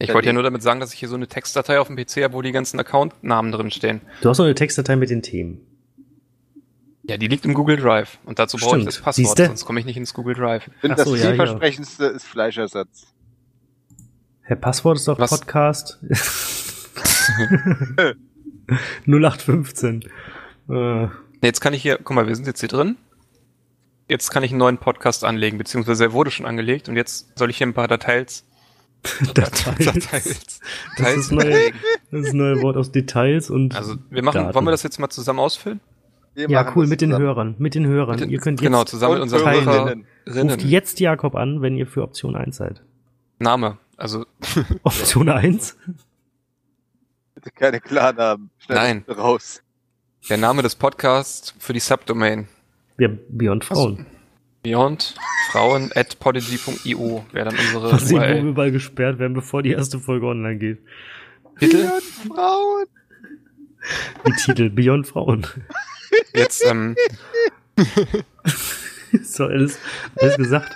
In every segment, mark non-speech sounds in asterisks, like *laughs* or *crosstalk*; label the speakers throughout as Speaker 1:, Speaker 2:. Speaker 1: Ich wollte ja nur damit sagen, dass ich hier so eine Textdatei auf dem PC habe, wo die ganzen Accountnamen drin stehen.
Speaker 2: Du hast noch eine Textdatei mit den Themen.
Speaker 1: Ja, die liegt im Google Drive. Und dazu brauche ich
Speaker 2: Stimmt.
Speaker 1: das Passwort,
Speaker 2: Siehste?
Speaker 1: sonst komme ich nicht ins Google Drive.
Speaker 3: Ich finde,
Speaker 2: Ach so,
Speaker 3: das
Speaker 2: ja, genau. ja.
Speaker 3: vielversprechendste ist Fleischersatz.
Speaker 2: Herr Passwort ist auf
Speaker 1: Was? *laughs*
Speaker 2: Podcast. 0815. Äh,
Speaker 1: Nee, jetzt kann ich hier, guck mal, wir sind jetzt hier drin. Jetzt kann ich einen neuen Podcast anlegen, beziehungsweise er wurde schon angelegt und jetzt soll ich hier ein paar
Speaker 2: *laughs*
Speaker 1: Dateils.
Speaker 2: Details.
Speaker 1: Dateils.
Speaker 2: Das ist, neue, das ist ein neues Wort aus Details und.
Speaker 1: Also wir machen,
Speaker 2: Daten.
Speaker 1: wollen wir das jetzt mal zusammen ausfüllen?
Speaker 3: Wir
Speaker 2: ja,
Speaker 3: machen
Speaker 2: cool,
Speaker 3: das
Speaker 2: mit den
Speaker 3: zusammen.
Speaker 2: Hörern. Mit den Hörern.
Speaker 1: Mit den-
Speaker 2: ihr könnt
Speaker 1: genau,
Speaker 2: jetzt,
Speaker 1: zusammen mit
Speaker 3: Und
Speaker 1: unseren
Speaker 2: teilen.
Speaker 1: Hörerinnen.
Speaker 2: ruft jetzt Jakob an, wenn ihr für Option 1 seid. *laughs*
Speaker 1: Name. Also
Speaker 2: Option 1?
Speaker 3: Bitte keine Klarnamen.
Speaker 1: Nein.
Speaker 3: Raus.
Speaker 1: der Name des Podcasts für die Subdomain.
Speaker 2: Ja, Beyond Frauen.
Speaker 1: Beyond Frauen at podigy.io wäre dann unsere
Speaker 2: Mal sehen, wo
Speaker 1: URL.
Speaker 2: wir bald gesperrt werden, bevor die erste Folge online geht.
Speaker 1: Bitte
Speaker 3: Frauen.
Speaker 2: Die Titel Beyond Frauen.
Speaker 1: jetzt ähm,
Speaker 2: So, alles, alles gesagt.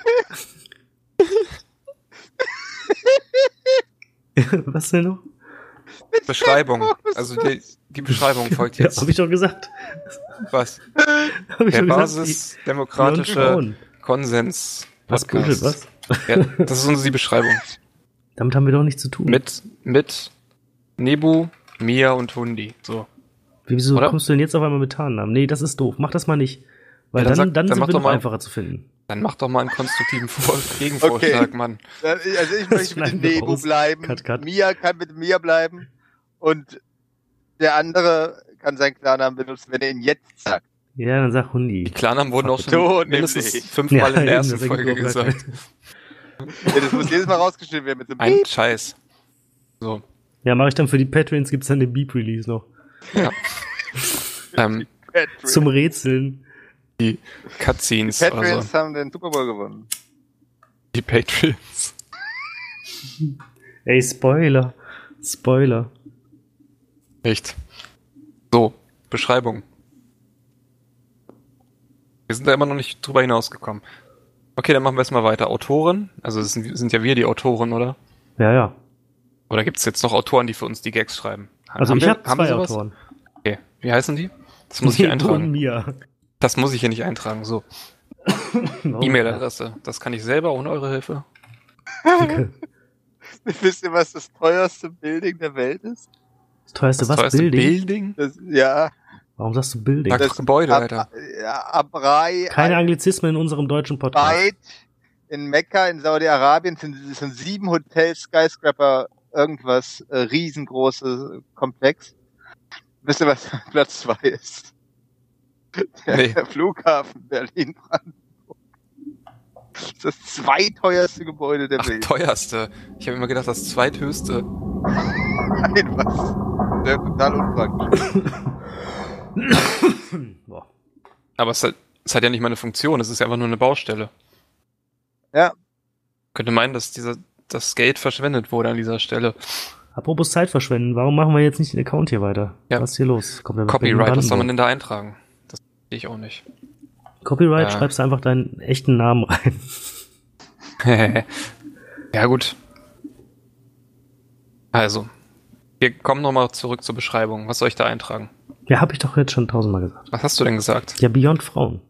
Speaker 2: *laughs* Was denn noch? *laughs*
Speaker 1: Beschreibung. Also die, die Beschreibung folgt
Speaker 2: Ja,
Speaker 1: jetzt.
Speaker 2: hab ich doch gesagt.
Speaker 1: Was?
Speaker 2: *laughs* Hab ich
Speaker 1: Der
Speaker 2: doch gesagt. die- Beyond
Speaker 1: basisdemokratische
Speaker 2: Frauen.
Speaker 1: Konsens.
Speaker 2: Was Bullshit, was?
Speaker 1: Ja, das ist unsere Beschreibung.
Speaker 2: *laughs* Damit haben wir doch nichts zu tun.
Speaker 1: Mit, mit Nebu, Mia und Hundi. So.
Speaker 2: Wieso
Speaker 1: Oder?
Speaker 2: kommst du denn jetzt auf einmal mit Tarnnamen? Nee, das ist doof. Mach das mal nicht. Weil
Speaker 1: Ja, dann
Speaker 2: dann,
Speaker 1: sag-
Speaker 2: dann,
Speaker 1: dann
Speaker 2: sind
Speaker 1: mach
Speaker 2: wir
Speaker 1: doch
Speaker 2: noch
Speaker 1: mal-
Speaker 2: einfacher zu finden.
Speaker 1: Dann mach doch mal einen konstruktiven Vor
Speaker 2: *laughs*
Speaker 1: Gegenvorschlag, Mann.
Speaker 3: Also ich möchte mit
Speaker 2: schneiden
Speaker 3: dem
Speaker 2: wir
Speaker 3: Nebo
Speaker 2: raus.
Speaker 3: bleiben.
Speaker 2: Cut, cut.
Speaker 3: Mia kann mit Mia bleiben. Und der andere kann seinen Klarnamen benutzen, wenn er ihn jetzt sagt.
Speaker 2: Ja, dann sag
Speaker 1: Die
Speaker 2: Hundi.
Speaker 1: Klarnamen wurden auch schon
Speaker 3: So
Speaker 1: mindestens
Speaker 3: nämlich.
Speaker 1: fünfmal
Speaker 2: *laughs* Ja,
Speaker 1: in der
Speaker 2: eben,
Speaker 1: ersten
Speaker 2: das ergibt
Speaker 1: Folge
Speaker 2: überhaupt gar
Speaker 1: gesagt.
Speaker 3: Ja, das muss jedes Mal rausgeschnitten werden mit so einem
Speaker 1: Ein
Speaker 3: Piep.
Speaker 1: Scheiß. So.
Speaker 2: Ja, mache ich dann für die Patrons, gibt's dann den Beep-Release noch.
Speaker 1: Ähm,
Speaker 3: Patriots.
Speaker 2: Zum Rätseln.
Speaker 1: Cutscenes oder so.
Speaker 3: Patriots haben den Super Bowl gewonnen. *laughs*
Speaker 1: Die Patriots.
Speaker 2: Ey, Spoiler. Spoiler.
Speaker 1: Echt. So, Beschreibung. Wir sind da immer noch nicht drüber hinausgekommen. Okay, dann machen wir erstmal weiter. Autoren. Also es sind, sind ja wir die Autoren, oder?
Speaker 2: Ja, ja.
Speaker 1: Oder gibt es jetzt noch Autoren, die für uns die Gags schreiben?
Speaker 2: Also
Speaker 1: Haben
Speaker 2: ich
Speaker 1: wir-
Speaker 2: habe
Speaker 1: haben
Speaker 2: zwei
Speaker 1: wir sowas?
Speaker 2: Autoren.
Speaker 1: Okay. Wie heißen die? Das muss ich hier
Speaker 2: Nebo und
Speaker 1: eintragen.
Speaker 2: Mia.
Speaker 1: Das muss ich hier nicht eintragen. So.
Speaker 2: Warum?
Speaker 1: E-Mail-Adresse. Das kann ich selber ohne eure Hilfe.
Speaker 3: Wisst ihr, was das teuerste Building der Welt ist?
Speaker 2: Das teuerste was?
Speaker 1: teuerste Building?
Speaker 2: Building?
Speaker 3: Das, ja.
Speaker 2: Warum sagst du Building?
Speaker 1: Sag
Speaker 3: Das-
Speaker 1: doch Gebäude, Alter.
Speaker 3: Ab, ja, Abrei,
Speaker 2: Keine Anglizismen in unserem deutschen Podcast.
Speaker 3: Beit in Mekka in Saudi-Arabien sind, sind sieben Hotels, Skyscraper, irgendwas, äh, riesengroße Komplex. Wisst ihr, was *laughs* Platz zwei ist? Der,
Speaker 1: Nee.
Speaker 3: der Flughafen Berlin-Brandenburg. Das zweiteuerste Gebäude der
Speaker 1: Ach,
Speaker 3: Welt.
Speaker 1: teuerste. Ich habe immer gedacht, das zweithöchste.
Speaker 3: Nein, was? Der total unpraktisch.
Speaker 2: Hm, Boah.
Speaker 1: Aber es hat, es hat ja nicht mal eine Funktion, es ist ja einfach nur eine Baustelle.
Speaker 3: Ja.
Speaker 1: Könnte meinen, dass dieser, das Geld verschwendet wurde an dieser Stelle.
Speaker 2: Apropos Zeit verschwenden, warum machen wir jetzt nicht den Account hier weiter?
Speaker 1: Ja.
Speaker 2: Was ist hier los? Kommt der mit
Speaker 1: Copyright, was soll man
Speaker 2: Berlin-Brandenburg?
Speaker 1: denn da eintragen? Das sehe ich auch
Speaker 2: *laughs*
Speaker 1: nicht.
Speaker 2: Copyright,
Speaker 1: Ja.
Speaker 2: schreibst einfach deinen echten Namen *laughs* rein.
Speaker 1: ja, gut. Also, wir kommen nochmal zurück zur Beschreibung. Was soll ich da eintragen?
Speaker 2: Ja, habe ich doch jetzt schon tausendmal gesagt.
Speaker 1: Was hast du denn gesagt?
Speaker 2: Ja, Beyond Frauen.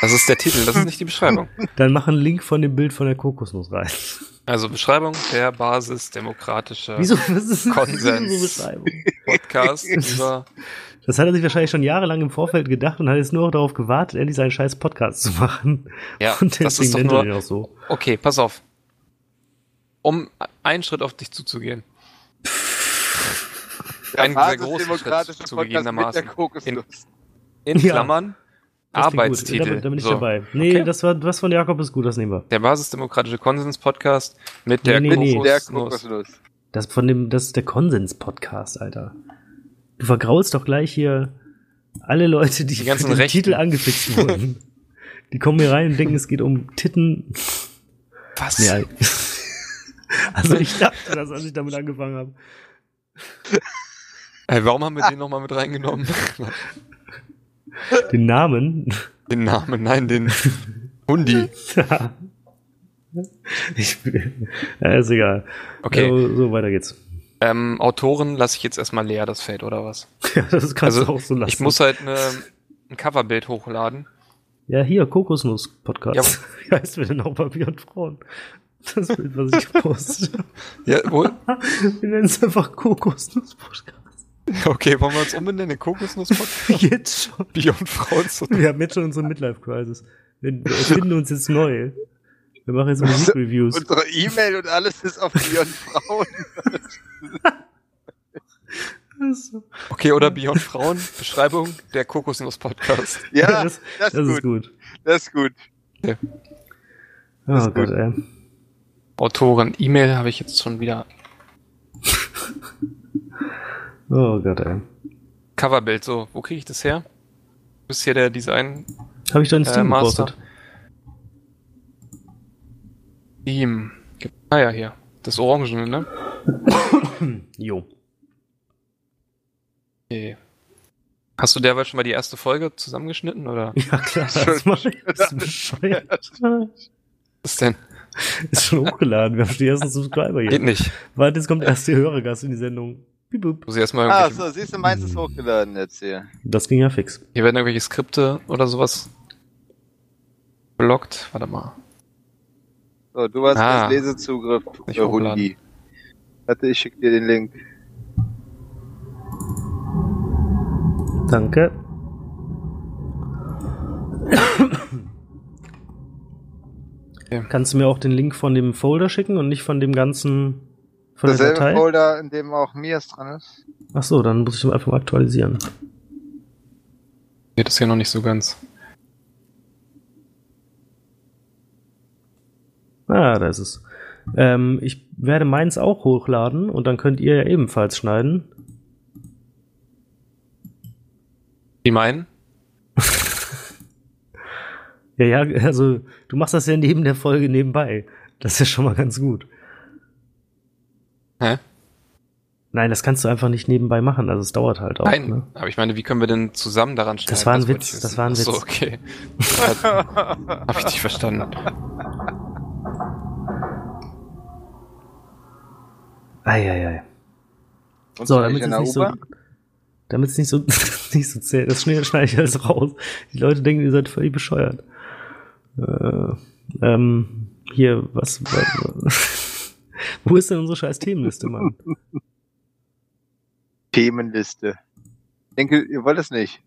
Speaker 1: Das ist der Titel, das ist nicht die
Speaker 2: *laughs*
Speaker 1: Beschreibung.
Speaker 2: Dann mach einen Link von dem Bild von der Kokosnuss rein.
Speaker 1: Also Beschreibung der Basis demokratischer
Speaker 2: *laughs* Wieso? Was ist das
Speaker 1: Konsens.
Speaker 2: für Beschreibung? *laughs*
Speaker 1: Podcast über
Speaker 2: Das hat er sich wahrscheinlich schon jahrelang im Vorfeld gedacht und hat jetzt nur noch darauf gewartet, endlich seinen scheiß Podcast zu machen.
Speaker 1: Ja,
Speaker 2: *laughs* und
Speaker 1: das ist
Speaker 2: deswegen
Speaker 1: doch
Speaker 2: nennt
Speaker 1: nur-
Speaker 2: er den auch so.
Speaker 1: Okay, pass auf. Um einen Schritt auf
Speaker 3: *laughs*
Speaker 1: dich zuzugehen. Ein sehr großer Schritt
Speaker 3: basisdemokratischer Podcast mit der
Speaker 1: zugegebenermaßen.
Speaker 3: Kokosnuss.
Speaker 1: In
Speaker 2: Ja.
Speaker 1: Klammern
Speaker 2: Das klingt gut.
Speaker 1: Arbeitstitel.
Speaker 2: Da, bin- da bin ich
Speaker 1: so.
Speaker 2: dabei. Nee,
Speaker 1: Okay.
Speaker 2: das war das von Jakob ist gut, das nehmen wir.
Speaker 1: Der Basisdemokratische Konsens-Podcast mit der
Speaker 2: Nee, nee,
Speaker 1: nee,
Speaker 2: nee.
Speaker 3: Mit der
Speaker 1: Kokosnuss.
Speaker 3: Kokosnuss.
Speaker 2: Das von dem, das ist der Konsens-Podcast, Alter. Du vergraulst doch gleich hier alle Leute, die,
Speaker 1: Die ganzen
Speaker 2: für den
Speaker 1: Rechten. *laughs*
Speaker 2: Titel angefixt wurden. die kommen hier rein und denken, es geht um Titten.
Speaker 1: Was? *laughs*
Speaker 2: Nee, al- also ich dachte das, als ich damit angefangen habe.
Speaker 1: Ey, warum haben wir den nochmal mit
Speaker 2: *laughs*
Speaker 1: reingenommen?
Speaker 2: Den Namen. *laughs*
Speaker 1: den Namen, nein, den Hundi.
Speaker 2: Ich bin, ja, ist egal.
Speaker 1: Okay.
Speaker 2: So, so weiter geht's. *laughs*
Speaker 1: Ähm, Autoren lasse ich jetzt erstmal leer, das Feld, oder was?
Speaker 2: Ja, das kannst
Speaker 1: Also,
Speaker 2: du auch so lassen.
Speaker 1: Ich muss halt eine, ein Coverbild hochladen.
Speaker 2: ja, hier, Kokosnuss-Podcast. *laughs* Wie heißt wir denn auch Papier und Frauen? Das Bild, was ich gepostet habe.
Speaker 1: Ja, wohl.
Speaker 2: *laughs* Wir nennen es einfach Kokosnuss-Podcast.
Speaker 1: Okay, wollen wir uns umbenennen? kokosnuss
Speaker 3: *laughs*
Speaker 2: Jetzt schon.
Speaker 1: Beyond Frauen zu
Speaker 2: Wir haben jetzt schon unsere Midlife-Crisis. Wir wir erfinden uns jetzt neu. Wir machen jetzt Musik-Reviews.
Speaker 3: Unsere E-Mail und alles ist auf Beyond
Speaker 2: *laughs*
Speaker 3: Frauen.
Speaker 1: Okay, oder Beyond Frauen, *laughs* Beschreibung der Kokosnuss-Podcast.
Speaker 3: Ja, das,
Speaker 2: das, das ist gut.
Speaker 3: Das ist gut.
Speaker 2: Oh
Speaker 3: ist
Speaker 2: Gott,
Speaker 3: gut.
Speaker 2: ey.
Speaker 1: Autoren, E-Mail habe ich jetzt schon wieder.
Speaker 2: Oh Gott, ey.
Speaker 1: Coverbild, so, wo kriege ich das her? Du bist hier der Design
Speaker 2: Habe ich deinen
Speaker 1: äh,
Speaker 2: Steam
Speaker 1: Master.
Speaker 2: gepostet?
Speaker 1: Steam. Gibt- Ah ja, hier. Das Orangene, ne?
Speaker 2: Hm, Jo. *laughs*
Speaker 1: Okay. Hast du derweil schon mal die erste Folge zusammengeschnitten, oder
Speaker 2: Ja, klar, das mach ich. Das ist bescheuert.
Speaker 1: was denn?
Speaker 2: Ist schon hochgeladen. Wir haben schon die ersten Subscriber
Speaker 1: Geht
Speaker 2: hier.
Speaker 1: nicht.
Speaker 2: Warte, jetzt kommt der erste Hörergast in die Sendung. Piep, piep.
Speaker 1: Muss ich erstmal
Speaker 3: Ah,
Speaker 1: irgendwelche,
Speaker 3: so, siehst du, meins
Speaker 2: Hm.
Speaker 3: ist hochgeladen jetzt hier.
Speaker 2: Das ging ja fix.
Speaker 1: hier werden irgendwelche Skripte oder sowas blockt. Warte mal.
Speaker 3: So, du hast
Speaker 1: Ah.
Speaker 3: jetzt Lesezugriff.
Speaker 1: Nicht
Speaker 3: äh,
Speaker 1: hochladen.
Speaker 3: Hundi. Warte, ich schick dir den Link.
Speaker 2: Danke.
Speaker 1: Ja.
Speaker 2: Kannst du mir auch den Link von dem Folder schicken und nicht von dem ganzen von der
Speaker 3: Dasselbe
Speaker 2: Datei?
Speaker 3: Folder, in dem auch Mias dran
Speaker 2: *laughs*
Speaker 3: ist.
Speaker 2: Ach so, dann muss ich ihn einfach mal aktualisieren.
Speaker 1: Geht das hier noch nicht so ganz.
Speaker 2: Ah, da ist es. Ähm, ich werde meins auch hochladen und dann könnt ihr ja ebenfalls schneiden.
Speaker 1: Die meinen?
Speaker 2: Ja, ja, also du machst das ja neben der Folge nebenbei. Das ist ja schon mal ganz gut.
Speaker 1: Hä?
Speaker 2: Nein, das kannst du einfach nicht nebenbei machen, also es dauert halt auch.
Speaker 1: Nein,
Speaker 2: Ne?
Speaker 1: aber ich meine, wie können wir denn zusammen daran schreiben?
Speaker 2: war ein Witz, das war ein
Speaker 1: So,
Speaker 2: Witz.
Speaker 1: okay.
Speaker 2: *laughs*
Speaker 1: Hab ich dich verstanden.
Speaker 2: Eieiei.
Speaker 3: Und
Speaker 2: So,
Speaker 3: bin
Speaker 2: damit
Speaker 3: ich in
Speaker 2: es
Speaker 3: der
Speaker 2: nicht so,
Speaker 3: U-Bahn.
Speaker 2: damit es nicht so, *laughs* nicht so zäh, das schneide schneide ich alles raus. Die Leute denken, ihr seid völlig bescheuert. Äh, ähm, hier, was, was *laughs* wo ist denn unsere scheiß Themenliste, Mann?
Speaker 3: Themenliste. Ich denke, ihr wollt es nicht.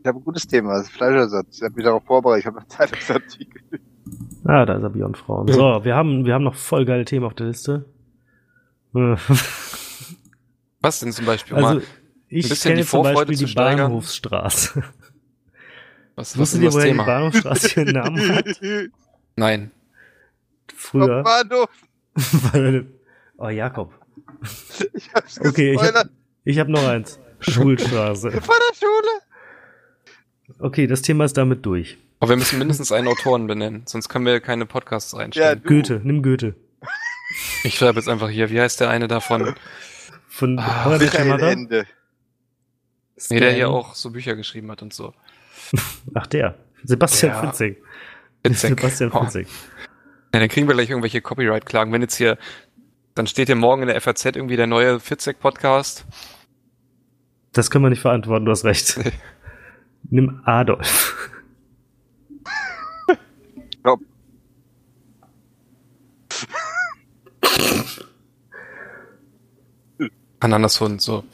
Speaker 3: Ich habe ein gutes Thema, das ist Fleischersatz. Ich habe mich darauf vorbereitet, ich habe einen
Speaker 2: *laughs*
Speaker 3: Zeitungsartikel.
Speaker 2: Ah, da ist er Beyond Frauen. So, wir haben, wir haben noch voll geile Themen auf der Liste. Äh,
Speaker 1: Was denn zum Beispiel?
Speaker 2: Also,
Speaker 1: Mal,
Speaker 2: ich
Speaker 1: bisschen
Speaker 2: kenne
Speaker 1: die
Speaker 2: jetzt zum
Speaker 1: Vorfreude
Speaker 2: Beispiel
Speaker 1: zu
Speaker 2: die
Speaker 1: steigern.
Speaker 2: Bahnhofsstraße.
Speaker 1: was, was ist
Speaker 2: Wusstet
Speaker 1: denn
Speaker 2: ihr,
Speaker 1: das
Speaker 2: woher
Speaker 1: Thema?
Speaker 2: die Bahnhofsstraße
Speaker 1: *laughs*
Speaker 2: ihren Namen
Speaker 3: *laughs*
Speaker 2: hat?
Speaker 1: Nein.
Speaker 2: Früher.
Speaker 3: war doof.
Speaker 2: *laughs* Weil- oh, Jakob.
Speaker 3: Ich hab's
Speaker 2: Okay, ich hab-
Speaker 3: gespoilert.
Speaker 2: Ich habe
Speaker 1: *laughs*
Speaker 2: noch eins. Schulstraße.
Speaker 3: Vor der Schule.
Speaker 2: Okay, das Thema ist damit durch.
Speaker 1: Aber wir müssen mindestens einen Autoren benennen, sonst können wir keine Podcasts
Speaker 3: Ja,
Speaker 1: einstellen.
Speaker 3: du.
Speaker 2: Goethe, nimm Goethe.
Speaker 1: Ich schreibe jetzt einfach hier, wie heißt der eine davon?
Speaker 2: Von
Speaker 1: Ah,
Speaker 2: How I Met Your
Speaker 3: Michael
Speaker 2: Mother?
Speaker 3: Ende.
Speaker 1: Nee, der
Speaker 2: Stan.
Speaker 1: hier auch so Bücher geschrieben hat und so.
Speaker 2: Ach, der. Sebastian
Speaker 1: Ja.
Speaker 2: Fritzig.
Speaker 1: Witzig.
Speaker 2: Sebastian
Speaker 1: Oh.
Speaker 2: Fritzig.
Speaker 1: Ja, dann kriegen wir gleich irgendwelche Copyright-Klagen. Wenn jetzt hier, dann steht hier morgen in der FAZ irgendwie der neue Fitzek-Podcast.
Speaker 2: Das können wir nicht verantworten, du hast recht.
Speaker 1: Nee.
Speaker 2: Nimm Adolf.
Speaker 3: Stopp.
Speaker 1: Ananas Hund, so.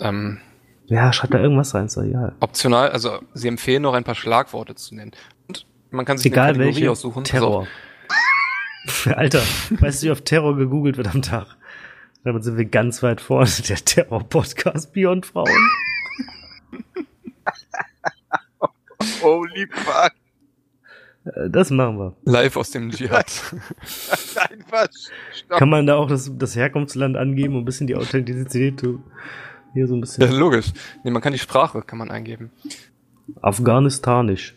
Speaker 1: Ähm,
Speaker 2: Ja, schreib da irgendwas rein, ist doch egal.
Speaker 1: optional, also sie empfehlen noch ein paar Schlagworte zu nennen. Und man kann sich
Speaker 2: Egal
Speaker 1: eine Kategorie
Speaker 2: welche.
Speaker 1: aussuchen. Also-
Speaker 2: Terror. *laughs* Alter, weißt du, wie oft Terror gegoogelt wird am Tag? Damit sind wir ganz weit vorne. Der Terror-Podcast Beyond Frauen.
Speaker 3: Holy fuck. *laughs*
Speaker 2: Äh, Das machen wir.
Speaker 1: So, live aus dem Dschihad.
Speaker 3: Nein, was? Stopp.
Speaker 2: Kann man da auch das, das Herkunftsland angeben und ein bisschen die Authentizität so- hier so ein
Speaker 1: *laughs*
Speaker 2: bisschen.
Speaker 1: ja, logisch. Nee, man kann die Sprache, kann man eingeben.
Speaker 2: Afghanistanisch.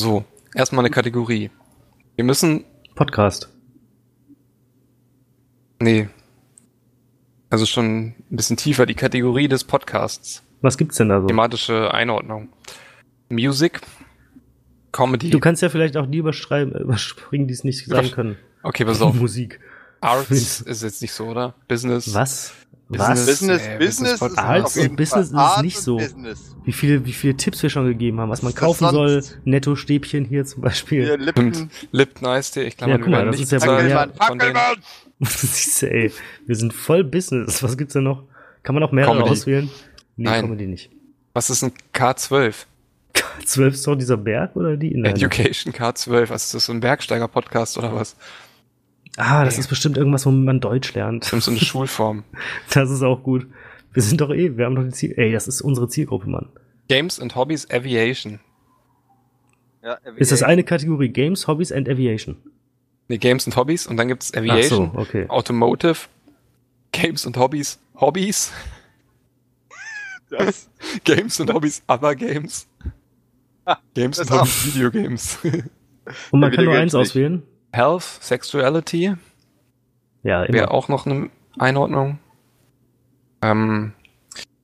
Speaker 1: So, erstmal eine Kategorie. Wir müssen,
Speaker 2: Podcast.
Speaker 1: nee. Also schon ein bisschen tiefer die Kategorie des Podcasts.
Speaker 2: Was gibt's denn da so?
Speaker 1: Thematische Einordnung. Music, Comedy.
Speaker 2: Du kannst ja vielleicht auch die überschreiben, äh, überspringen, die es nicht sagen können.
Speaker 1: okay, pass auf.
Speaker 2: *laughs* Musik.
Speaker 1: Arts ist jetzt nicht so, oder? Business.
Speaker 2: Was?
Speaker 1: Business. Business-
Speaker 2: Was?
Speaker 3: Business,
Speaker 1: nee,
Speaker 3: Business,
Speaker 1: Business-
Speaker 3: ist es
Speaker 1: Arts
Speaker 3: auf jeden
Speaker 2: und Business
Speaker 3: Fall.
Speaker 2: ist es
Speaker 3: Arts
Speaker 2: nicht
Speaker 3: und
Speaker 2: so.
Speaker 3: Business.
Speaker 2: Wie viele, wie viele Tipps wir schon gegeben haben, was man
Speaker 3: ist
Speaker 2: kaufen
Speaker 3: das
Speaker 2: soll,
Speaker 3: sonst?
Speaker 2: Netto-Stäbchen hier zum Beispiel.
Speaker 3: Hier, Lippen,
Speaker 1: Stimmt. Lipton Ice Tea, ich glaube,
Speaker 2: Ja, guck mal, das ist ja bei mir-
Speaker 3: Fackelmann,
Speaker 1: von denen-
Speaker 3: Fackelmann!
Speaker 2: *laughs* Siehst du, ey, wir sind voll Business. Was gibt's denn noch? Kann man noch mehrere
Speaker 1: Comedy.
Speaker 2: auswählen? Nee,
Speaker 1: Nein.
Speaker 2: Comedy nicht.
Speaker 1: Was ist ein K12?
Speaker 2: 12 ist doch dieser Berg oder die? Nein.
Speaker 1: Education K12. Was ist das, so ein Bergsteiger-Podcast oder was?
Speaker 2: Ah, das
Speaker 1: Nee.
Speaker 2: ist bestimmt irgendwas, womit man Deutsch lernt. *laughs*
Speaker 1: Stimmt, so eine Schulform.
Speaker 2: Das ist auch gut. Wir sind doch eh, wir haben doch die Ziel. Ey, das ist unsere Zielgruppe, Mann.
Speaker 1: Games and Hobbies Aviation.
Speaker 3: Ja,
Speaker 2: Ist das
Speaker 3: ey,
Speaker 2: eine Kategorie? Games, Hobbies and Aviation.
Speaker 1: Nee, Games and Hobbies und dann gibt's Aviation,
Speaker 2: Ach so, okay.
Speaker 1: Automotive, Games and Hobbies, Hobbies,
Speaker 3: das?
Speaker 1: *laughs* Games and Hobbies, Other Games. Games and
Speaker 3: das auch.
Speaker 1: Hobbies, Video Games.
Speaker 2: Und man
Speaker 3: Ja,
Speaker 2: kann nur
Speaker 3: wieder
Speaker 2: eins
Speaker 3: geht's nicht.
Speaker 2: auswählen?
Speaker 1: *laughs* Health, Sexuality,
Speaker 2: Ja, immer.
Speaker 1: wäre auch noch eine Einordnung. Ähm,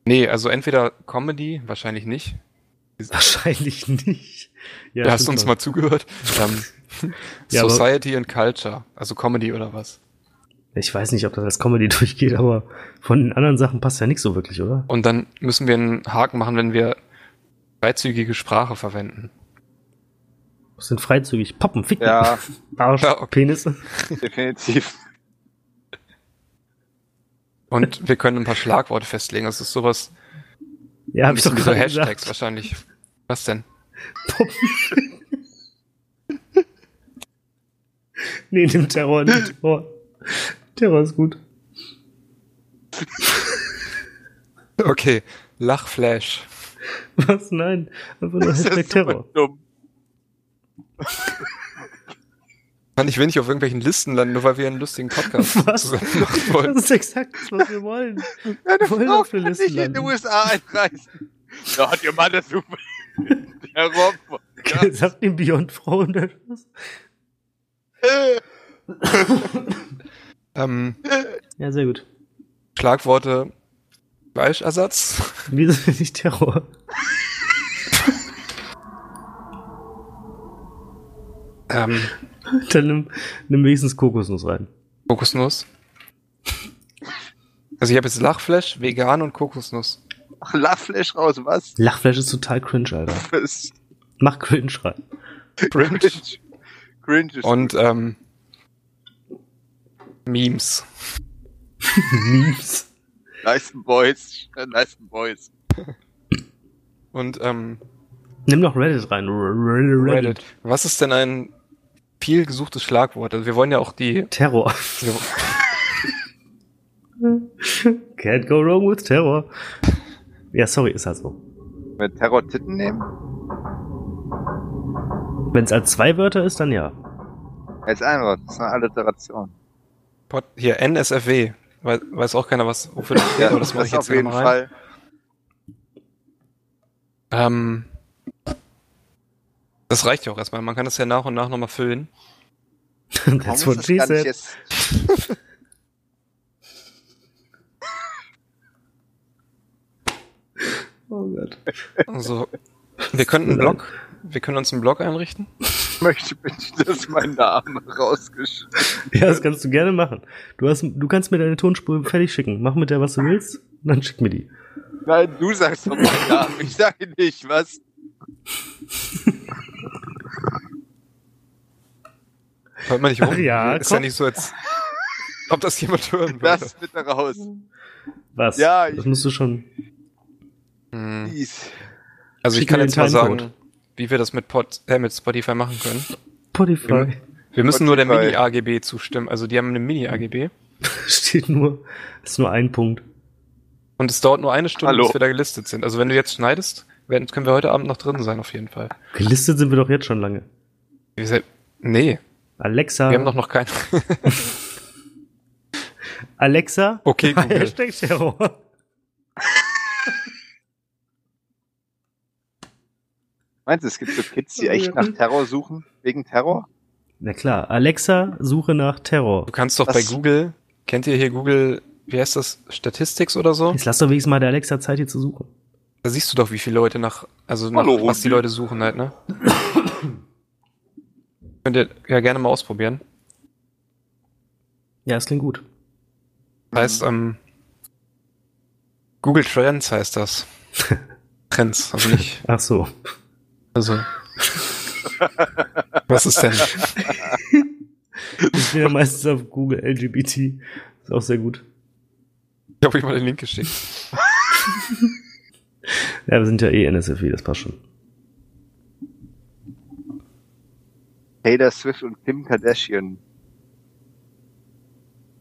Speaker 1: nee, also entweder Comedy, wahrscheinlich nicht.
Speaker 2: *laughs* Wahrscheinlich nicht. Ja,
Speaker 1: da hast du uns
Speaker 2: stimmt schon.
Speaker 1: mal
Speaker 2: *laughs*
Speaker 1: zugehört. Ähm,
Speaker 2: Ja, aber-
Speaker 1: Society and Culture, also Comedy oder was.
Speaker 2: Ich weiß nicht, ob das als Comedy *laughs* durchgeht, aber von den anderen Sachen passt ja nichts so wirklich, oder?
Speaker 1: Und dann müssen wir einen Haken machen, wenn wir freizügige Sprache verwenden.
Speaker 2: Das sind freizügig. Pappen, Ficken,
Speaker 3: Ja,
Speaker 2: *laughs* Arsch,
Speaker 1: Ja, okay.
Speaker 2: Penis.
Speaker 3: definitiv.
Speaker 2: *laughs*
Speaker 1: Und wir können ein paar Schlagworte festlegen. Das ist sowas,
Speaker 2: Ja, hab
Speaker 1: ein
Speaker 2: ich doch
Speaker 1: bisschen wie so
Speaker 2: gerade
Speaker 1: Hashtags
Speaker 2: gesagt.
Speaker 1: wahrscheinlich. Was denn?
Speaker 2: *laughs* Nee, nimm Terror, nimm Terror. Terror ist gut.
Speaker 1: Okay, Lachflash.
Speaker 2: Was? Nein. Einfach nur
Speaker 3: Das
Speaker 2: Hashtag
Speaker 3: ist super
Speaker 2: Terror.
Speaker 3: dumm.
Speaker 1: Mann, ich will nicht auf irgendwelchen Listen landen, nur weil wir einen lustigen Podcast
Speaker 2: *laughs* Was?
Speaker 1: zusammen machen
Speaker 2: Das
Speaker 1: wollen.
Speaker 2: ist exakt das, was wir wollen.
Speaker 3: Deine
Speaker 2: Wollen
Speaker 3: Frau
Speaker 2: auf die
Speaker 3: kann
Speaker 2: Liste
Speaker 3: nicht in die
Speaker 2: landen.
Speaker 3: USA einreisen. Da hat ihr Mann das super. *laughs* Der Rob.
Speaker 2: Jetzt habt *laughs* ihr Beyond Frauen oder was?
Speaker 1: Ähm,
Speaker 2: Ja, sehr gut.
Speaker 1: Schlagworte Fleischersatz.
Speaker 2: Wieso bin ich Terror? *laughs*
Speaker 1: Ähm,
Speaker 2: Dann nimm, nimm wenigstens Kokosnuss rein.
Speaker 1: Kokosnuss. Also ich habe jetzt Lachflash, Vegan und Kokosnuss.
Speaker 3: Ach, Lachflash raus, was?
Speaker 2: Lachfleisch ist total cringe, Alter.
Speaker 3: Das
Speaker 2: Mach cringe rein. *laughs*
Speaker 1: Cringe.
Speaker 3: Cringe ist
Speaker 1: Und ähm, Memes.
Speaker 2: Memes.
Speaker 3: nice Boys. Nice Boys.
Speaker 1: Und ähm,
Speaker 2: Nimm noch Reddit rein. Reddit.
Speaker 1: Reddit. Was ist denn ein viel gesuchtes Schlagwort? Also wir wollen ja auch die.
Speaker 2: Terror. *laughs*
Speaker 1: Wir,
Speaker 2: Can't go wrong with Terror. Ja, sorry, ist halt so.
Speaker 3: Mit Terror Titten nehmen?
Speaker 2: Wenn es als zwei Wörter ist, dann ja. *laughs*
Speaker 3: Als ein Wort. Das ist eine Alliteration.
Speaker 1: Pod- hier, NSFW. Weiß, weiß auch keiner, was wofür das steht, aber das mache ich jetzt
Speaker 3: auf
Speaker 1: hier
Speaker 3: jeden
Speaker 1: mal rein.
Speaker 3: Fall.
Speaker 1: Ähm, das reicht ja auch erstmal. Man kann das ja nach und nach nochmal füllen.
Speaker 3: Warum
Speaker 2: That's what
Speaker 3: ist
Speaker 2: she
Speaker 3: das gar nicht
Speaker 2: said.
Speaker 3: jetzt?
Speaker 2: Oh Gott.
Speaker 1: Also, wir könnten einen Blog, wir können uns einen Blog einrichten.
Speaker 3: Ich möchte bitte, dass mein Name rausgeschrieben
Speaker 2: Ja, das kannst du gerne machen. Du, hast, du kannst mir deine Tonspur fertig schicken. Mach mit der, was du willst, und dann schick mir die.
Speaker 3: wird. Nein, du sagst doch meinen Namen. Ich sage nicht, was?
Speaker 1: Hört man nicht rum?
Speaker 2: Ach *laughs* ja,
Speaker 1: Ist ja
Speaker 2: komm.
Speaker 1: nicht so, als ob das jemand hören würde.
Speaker 3: Das bitte raus.
Speaker 2: Was?
Speaker 3: Ja,
Speaker 2: Das
Speaker 3: ich-
Speaker 2: musst du schon.
Speaker 1: Hm.
Speaker 3: Dies.
Speaker 1: Also ich
Speaker 2: Schick
Speaker 1: kann
Speaker 2: mir
Speaker 1: jetzt
Speaker 2: den
Speaker 1: mal sagen,
Speaker 2: Timecode.
Speaker 1: wie wir das mit, Pod, äh, mit Spotify machen können.
Speaker 3: Genau.
Speaker 2: Spotify.
Speaker 1: Wir müssen nur der
Speaker 3: Spotify.
Speaker 1: Mini-AGB zustimmen. Also die haben eine Mini-AGB.
Speaker 2: *laughs* Steht nur, ist nur ein Punkt.
Speaker 1: Und es dauert nur eine Stunde,
Speaker 3: Hallo.
Speaker 1: bis wir da gelistet sind. Also wenn du jetzt schneidest, werden, können wir heute Abend noch drin sein, auf jeden Fall.
Speaker 2: Gelistet sind wir doch jetzt schon lange.
Speaker 1: Wir se- Nee,
Speaker 2: Alexa.
Speaker 1: wir haben doch noch keinen.
Speaker 2: Alexa.
Speaker 1: *laughs* Okay, Google.
Speaker 2: *laughs* Hashtag Terror.
Speaker 3: Meinst du, es gibt so Kids, die echt nach Terror suchen? Wegen Terror?
Speaker 2: Na klar. Alexa, Suche nach Terror.
Speaker 1: Du kannst doch
Speaker 3: Was?
Speaker 1: bei Google, kennt ihr hier Google wie heißt das, Statistics oder so.
Speaker 2: Jetzt lass doch wenigstens mal der Alexa Zeit, hier zu suchen.
Speaker 1: Da siehst du doch, wie viele Leute nach, also nach,
Speaker 4: Hallo,
Speaker 1: was
Speaker 4: Hundi.
Speaker 1: die Leute suchen halt, ne? *coughs* Könnt ihr ja gerne mal ausprobieren.
Speaker 2: Ja, das klingt gut.
Speaker 1: Das heißt, ähm, Google Trends heißt das. Trends, also nicht,
Speaker 2: Ach so.
Speaker 1: also. was ist denn?
Speaker 2: Ich bin ja meistens auf Google LGBT. Ist auch sehr gut.
Speaker 1: Ich habe euch mal den Link geschickt.
Speaker 2: Ja, wir sind ja eh NSFW, das passt schon.
Speaker 3: Taylor Swift und Kim Kardashian.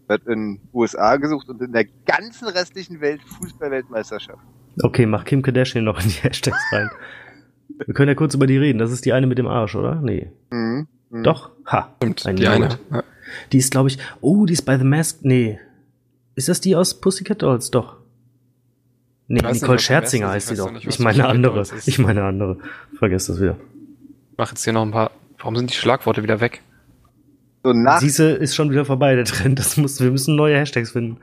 Speaker 3: Wird in USA gesucht und in der ganzen restlichen Welt Fußball-Weltmeisterschaft.
Speaker 2: Okay, mach Kim Kardashian noch in die *laughs* Hashtags rein. Wir können ja kurz über die reden. Das ist die eine mit dem Arsch, oder? Nee.
Speaker 3: Mhm. Mhm.
Speaker 2: Doch? Ha.
Speaker 1: Stimmt,
Speaker 2: Ein
Speaker 1: die
Speaker 2: Idiot.
Speaker 1: eine. Ja.
Speaker 2: Die ist, glaube ich. Oh, die ist bei The Mask. Nee. Ist das die aus Pussycat Dolls? Doch. Nee,
Speaker 1: Ich weiß nicht,
Speaker 2: Nicole
Speaker 1: was The
Speaker 2: Scherzinger
Speaker 1: Mask ist.
Speaker 2: heißt
Speaker 1: Ich
Speaker 2: sie
Speaker 1: weiß
Speaker 2: doch.
Speaker 1: doch nicht, was
Speaker 2: ich meine
Speaker 1: Pussycat
Speaker 2: andere.
Speaker 1: Dolls ist.
Speaker 2: Ich meine andere. Vergesst das wieder.
Speaker 1: Ich mache jetzt hier noch ein paar. Warum sind die Schlagworte wieder weg?
Speaker 3: So nach
Speaker 2: Siehste, ist schon wieder vorbei, der Trend. Das muss, wir müssen neue Hashtags finden.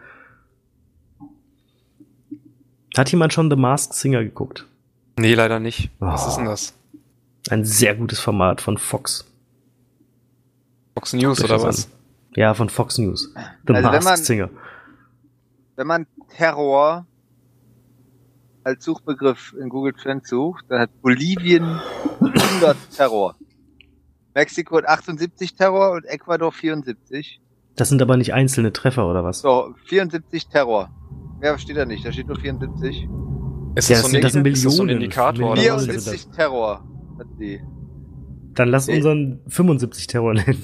Speaker 2: Hat jemand schon The Masked Singer geguckt?
Speaker 1: Nee, leider nicht. Was
Speaker 2: Oh.
Speaker 1: ist denn das?
Speaker 2: Ein sehr gutes Format von Fox.
Speaker 1: Fox News
Speaker 2: Guckt euch
Speaker 1: oder
Speaker 2: das
Speaker 1: was?
Speaker 2: Ja, von Fox News. The
Speaker 3: Also wenn man-
Speaker 2: Masked Singer.
Speaker 3: wenn man Terror als Suchbegriff in Google Trends sucht, dann hat Bolivien 100 Terror. Mexiko hat 78 Terror und Ecuador 74.
Speaker 2: Das sind aber nicht einzelne Treffer oder was?
Speaker 3: So, 74 Terror. Mehr steht da nicht, da steht nur 74.
Speaker 1: Ist
Speaker 2: Ja,
Speaker 1: das,
Speaker 2: das
Speaker 1: so, ein,
Speaker 2: sind- das sind
Speaker 1: ist das so ein
Speaker 2: Millionen.
Speaker 1: Indikator oder
Speaker 2: Millionen.
Speaker 1: was?
Speaker 3: 74 Terror hat die.
Speaker 2: Dann lass unseren 75 Terror nennen.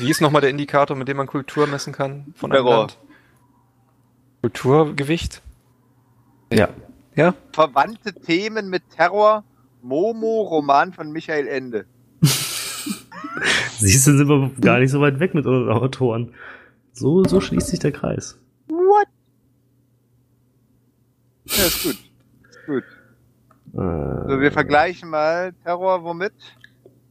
Speaker 1: Wie ist nochmal der Indikator, mit dem man Kultur messen kann? Von einem
Speaker 3: Terror.
Speaker 1: Land? Kulturgewicht?
Speaker 2: Ja.
Speaker 1: Ja?
Speaker 3: Verwandte Themen mit Terror. Momo, Roman von Michael Ende.
Speaker 2: Siehst du, sind wir gar nicht so weit weg mit unseren Autoren. So, so schließt sich der Kreis.
Speaker 3: What? Ja, ist gut. Ist gut.
Speaker 2: Äh,
Speaker 3: So, Also wir vergleichen mal Terror womit?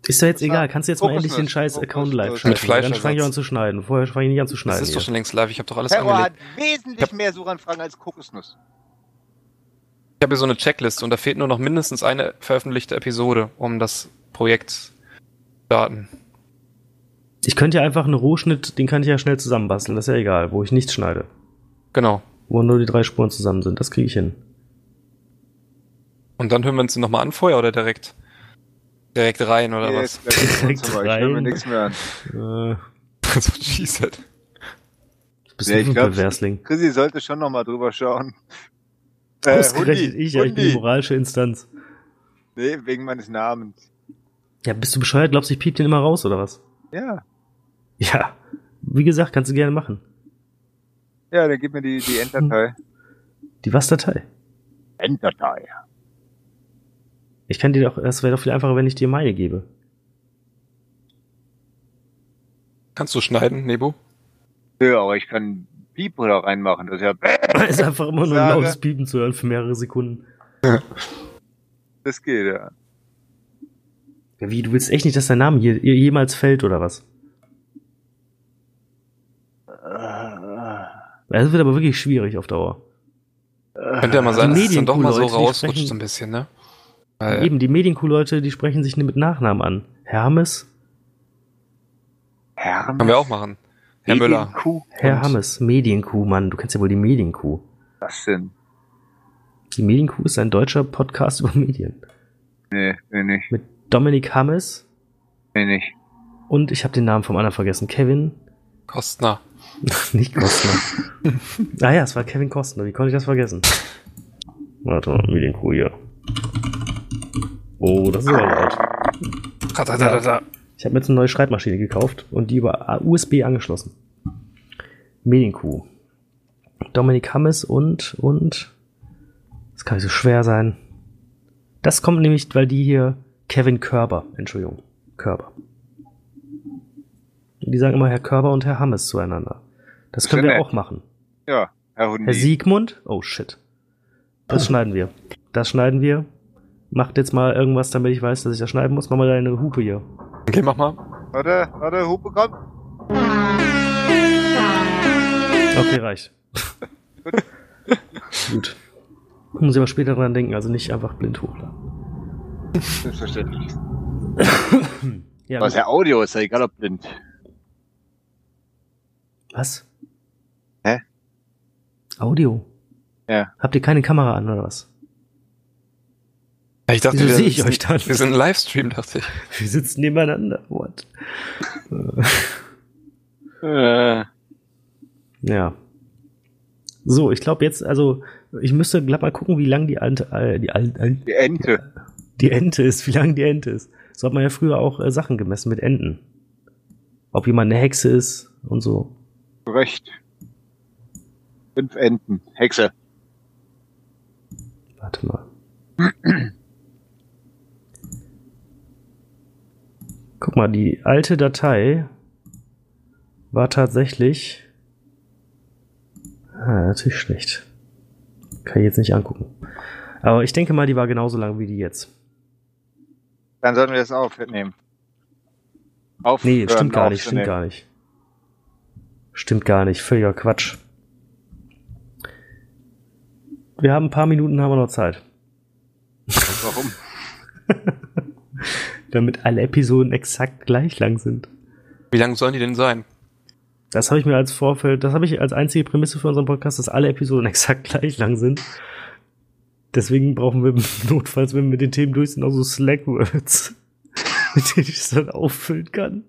Speaker 2: ist ja jetzt
Speaker 3: das war
Speaker 2: egal. Kannst du jetzt mal endlich
Speaker 3: Kokosnuss.
Speaker 2: den scheiß Account live
Speaker 3: Kokosnuss.
Speaker 2: schalten?
Speaker 1: Mit
Speaker 2: Dann
Speaker 1: Fleischersatz.
Speaker 2: fange ich an zu schneiden. Vorher fange ich nicht an zu
Speaker 1: Das
Speaker 2: schneiden.
Speaker 1: ist doch
Speaker 2: hier.
Speaker 1: schon längst live. Ich habe doch alles
Speaker 3: Terror hat
Speaker 1: angelegt.
Speaker 3: wesentlich mehr Suchanfragen als Kokosnuss.
Speaker 1: Ich habe hier so eine Checkliste und da fehlt nur noch mindestens eine veröffentlichte Episode, um das Projekt starten.
Speaker 2: Ich könnte ja einfach einen Rohschnitt, den kann ich ja schnell zusammenbasteln, das ist ja egal, wo ich nichts schneide.
Speaker 1: Genau.
Speaker 2: Wo nur die drei Spuren zusammen sind, das kriege ich hin.
Speaker 1: Und dann hören wir uns nochmal an vorher oder direkt? Direkt rein oder
Speaker 3: Hier
Speaker 1: was?
Speaker 3: ist gleich das
Speaker 2: Direkt
Speaker 3: Wohnzimmer. Ich höre mir
Speaker 2: rein.
Speaker 3: nichts mehr an.
Speaker 1: *laughs*
Speaker 2: Äh,
Speaker 1: so she said.
Speaker 2: bist
Speaker 3: Ja,
Speaker 2: du
Speaker 3: ich
Speaker 2: ein
Speaker 3: glaub's.
Speaker 2: Perversling?
Speaker 3: Chrissy sollte schon nochmal drüber
Speaker 2: *laughs*
Speaker 3: schauen.
Speaker 2: Ausgerechnet
Speaker 3: Äh, Hundi,
Speaker 2: ich, ja, ich bin die
Speaker 3: Hundi.
Speaker 2: moralische Instanz.
Speaker 3: Nee, wegen meines Namens.
Speaker 2: Ja, bist du bescheuert? Glaubst du, ich piep den immer raus, oder was?
Speaker 3: Ja.
Speaker 2: Ja. Wie gesagt, kannst du gerne machen.
Speaker 3: Ja, dann gib mir die, die
Speaker 2: *laughs*
Speaker 3: Enddatei.
Speaker 2: Die Was-Datei.
Speaker 3: Enddatei.
Speaker 2: Ich kann dir doch, das wäre doch viel einfacher, wenn ich dir meine gebe. *laughs*
Speaker 1: Kannst du schneiden, Nebo?
Speaker 3: Ja, aber ich kann Piep da reinmachen. Das ist ja,
Speaker 2: ist einfach immer nur ein
Speaker 3: Sage.
Speaker 2: lautes Piepen zu hören für mehrere Sekunden.
Speaker 3: das geht ja.
Speaker 2: Ja, wie, du willst echt nicht, dass dein Name hier je- jemals fällt, oder was? Ah, Das wird aber wirklich schwierig auf Dauer.
Speaker 1: Könnte ja mal sein,
Speaker 2: Äh, Die
Speaker 1: dass es dann doch mal so
Speaker 2: Medien-Cool-Leute, die
Speaker 1: rausrutscht
Speaker 2: sprechen-
Speaker 1: so ein bisschen, ne? Weil
Speaker 2: Eben, die Medienkuh-Leute, die sprechen sich mit Nachnamen an. Hermes,
Speaker 3: Herr,
Speaker 1: Können wir auch machen. Herr Müller.
Speaker 3: Kuh.
Speaker 2: Herr
Speaker 1: Und-
Speaker 2: Hammes, Medienkuh, Mann, du kennst ja wohl die Medienkuh.
Speaker 3: Was denn?
Speaker 2: Die Medienkuh ist ein deutscher Podcast *laughs* über Medien.
Speaker 3: Nee, nee, nicht.
Speaker 2: Mit Dominik Hammes
Speaker 3: Nee, nicht.
Speaker 2: und ich habe den Namen vom anderen vergessen. Kevin,
Speaker 1: Kostner.
Speaker 2: nicht Kostner. *laughs* ah ja, es war Kevin Kostner, wie konnte ich das vergessen? Warte mal, Medienkuh hier. Oh, das ist aber laut.
Speaker 1: Ratatatata.
Speaker 2: Ich habe mir jetzt eine neue Schreibmaschine gekauft und die über USB angeschlossen. Medienkuh. Dominik Hammes und, und. Das kann nicht so schwer sein. Das kommt nämlich, weil die hier Kevin Körber, Entschuldigung, Körber. Die sagen immer Herr Körber und Herr Hammes zueinander. Das können
Speaker 3: Sehr
Speaker 2: wir
Speaker 3: nett.
Speaker 2: auch machen.
Speaker 3: Ja, Herr Hundi.
Speaker 2: Herr Siegmund? Oh shit.
Speaker 3: Ah.
Speaker 2: Das schneiden wir. Das schneiden wir. Macht jetzt mal irgendwas, damit ich weiß, dass ich das schneiden muss. Mach mal deine Hupe hier.
Speaker 1: Okay, mach mal.
Speaker 3: Warte, warte, Hupe kommt.
Speaker 2: Oh, Okay,
Speaker 3: *laughs*
Speaker 2: reicht. Gut. Muss ich aber später dran denken, also nicht einfach blind hochladen.
Speaker 3: Selbstverständlich.
Speaker 2: Ja,
Speaker 3: Was ja Audio ist, ja egal ob blind.
Speaker 2: was?
Speaker 3: Hä?
Speaker 2: Audio.
Speaker 3: Ja.
Speaker 2: Habt ihr keine Kamera an oder was?
Speaker 1: Ich dachte,
Speaker 2: Wieso
Speaker 1: wir,
Speaker 2: sehe ich
Speaker 1: sind,
Speaker 2: euch dann?
Speaker 1: wir sind ein Livestream, dachte ich.
Speaker 2: Wir sitzen nebeneinander. What?
Speaker 3: Äh,
Speaker 2: Ja. So, ich glaube jetzt, also ich müsste glatt mal gucken, wie lang die alte, äh, die, Al- Al-
Speaker 3: die Ente.
Speaker 2: die Ente ist, wie lang die Ente ist. So hat man ja früher auch äh, Sachen gemessen mit Enten. Ob jemand eine Hexe ist und so.
Speaker 3: Recht. Fünf Enten. Hexe.
Speaker 2: Warte mal. Guck mal, die alte Datei war tatsächlich. Ah, natürlich schlecht. Kann ich jetzt nicht angucken. Aber ich denke mal, die war genauso lang wie die jetzt.
Speaker 3: Dann sollten wir das aufnehmen. Auf
Speaker 2: Nee, stimmt gar nicht, stimmt gar nicht. Stimmt gar nicht, völliger Quatsch. Wir haben ein paar Minuten, haben wir noch Zeit.
Speaker 3: nicht. Warum?
Speaker 2: Damit alle Episoden exakt gleich lang sind.
Speaker 1: Wie lang sollen die denn sein?
Speaker 2: Das habe ich mir als Vorfeld, das habe ich als einzige Prämisse für unseren Podcast, dass alle Episoden *laughs* exakt gleich lang sind. Deswegen brauchen wir *laughs* notfalls, wenn wir mit den Themen durch sind, auch so Slack-Words, *laughs* mit denen ich es dann auffüllen kann.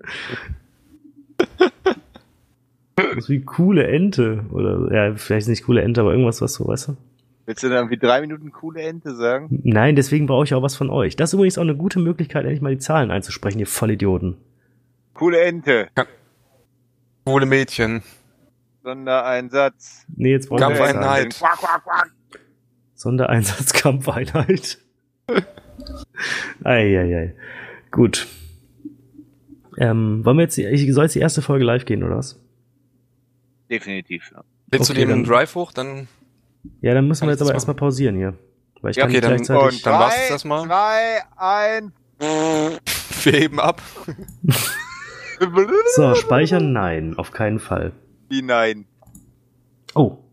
Speaker 2: Das ist wie coole Ente. Oder ja, vielleicht nicht coole Ente, aber irgendwas, was so, weißt du?
Speaker 3: Willst du dann irgendwie drei Minuten coole Ente sagen?
Speaker 2: Nein, deswegen brauche ich auch was von euch. Das ist übrigens auch eine gute Möglichkeit, endlich mal die Zahlen einzusprechen, ihr Vollidioten.
Speaker 3: Coole Ente.
Speaker 1: Wohle Mädchen.
Speaker 3: Sondereinsatz.
Speaker 2: Nee, jetzt brauchen wir Zahlen.
Speaker 1: Kampfeinheit.
Speaker 3: Quack, quack, quack.
Speaker 2: Sondereinsatzkampfeinheit. Eieiei. Gut. Ähm, wollen wir jetzt, die- ich, soll jetzt die erste Folge live gehen, oder was?
Speaker 3: Definitiv. Ja.
Speaker 1: Willst
Speaker 2: Okay,
Speaker 1: du den
Speaker 2: dann-
Speaker 1: Drive hoch, dann *laughs*
Speaker 2: Ja, dann müssen
Speaker 1: Kann
Speaker 2: wir
Speaker 1: ich
Speaker 2: jetzt
Speaker 1: das
Speaker 2: aber
Speaker 1: machen?
Speaker 2: erstmal pausieren hier. Weil ich
Speaker 1: Ja,
Speaker 2: kann
Speaker 1: okay,
Speaker 2: nicht
Speaker 1: dann-
Speaker 2: gleichzeitig.
Speaker 1: dann war's das mal.
Speaker 3: Drei, ein.
Speaker 1: wir heben ab.
Speaker 2: So, speichern? Nein, auf keinen Fall.
Speaker 3: Wie nein.
Speaker 2: Oh,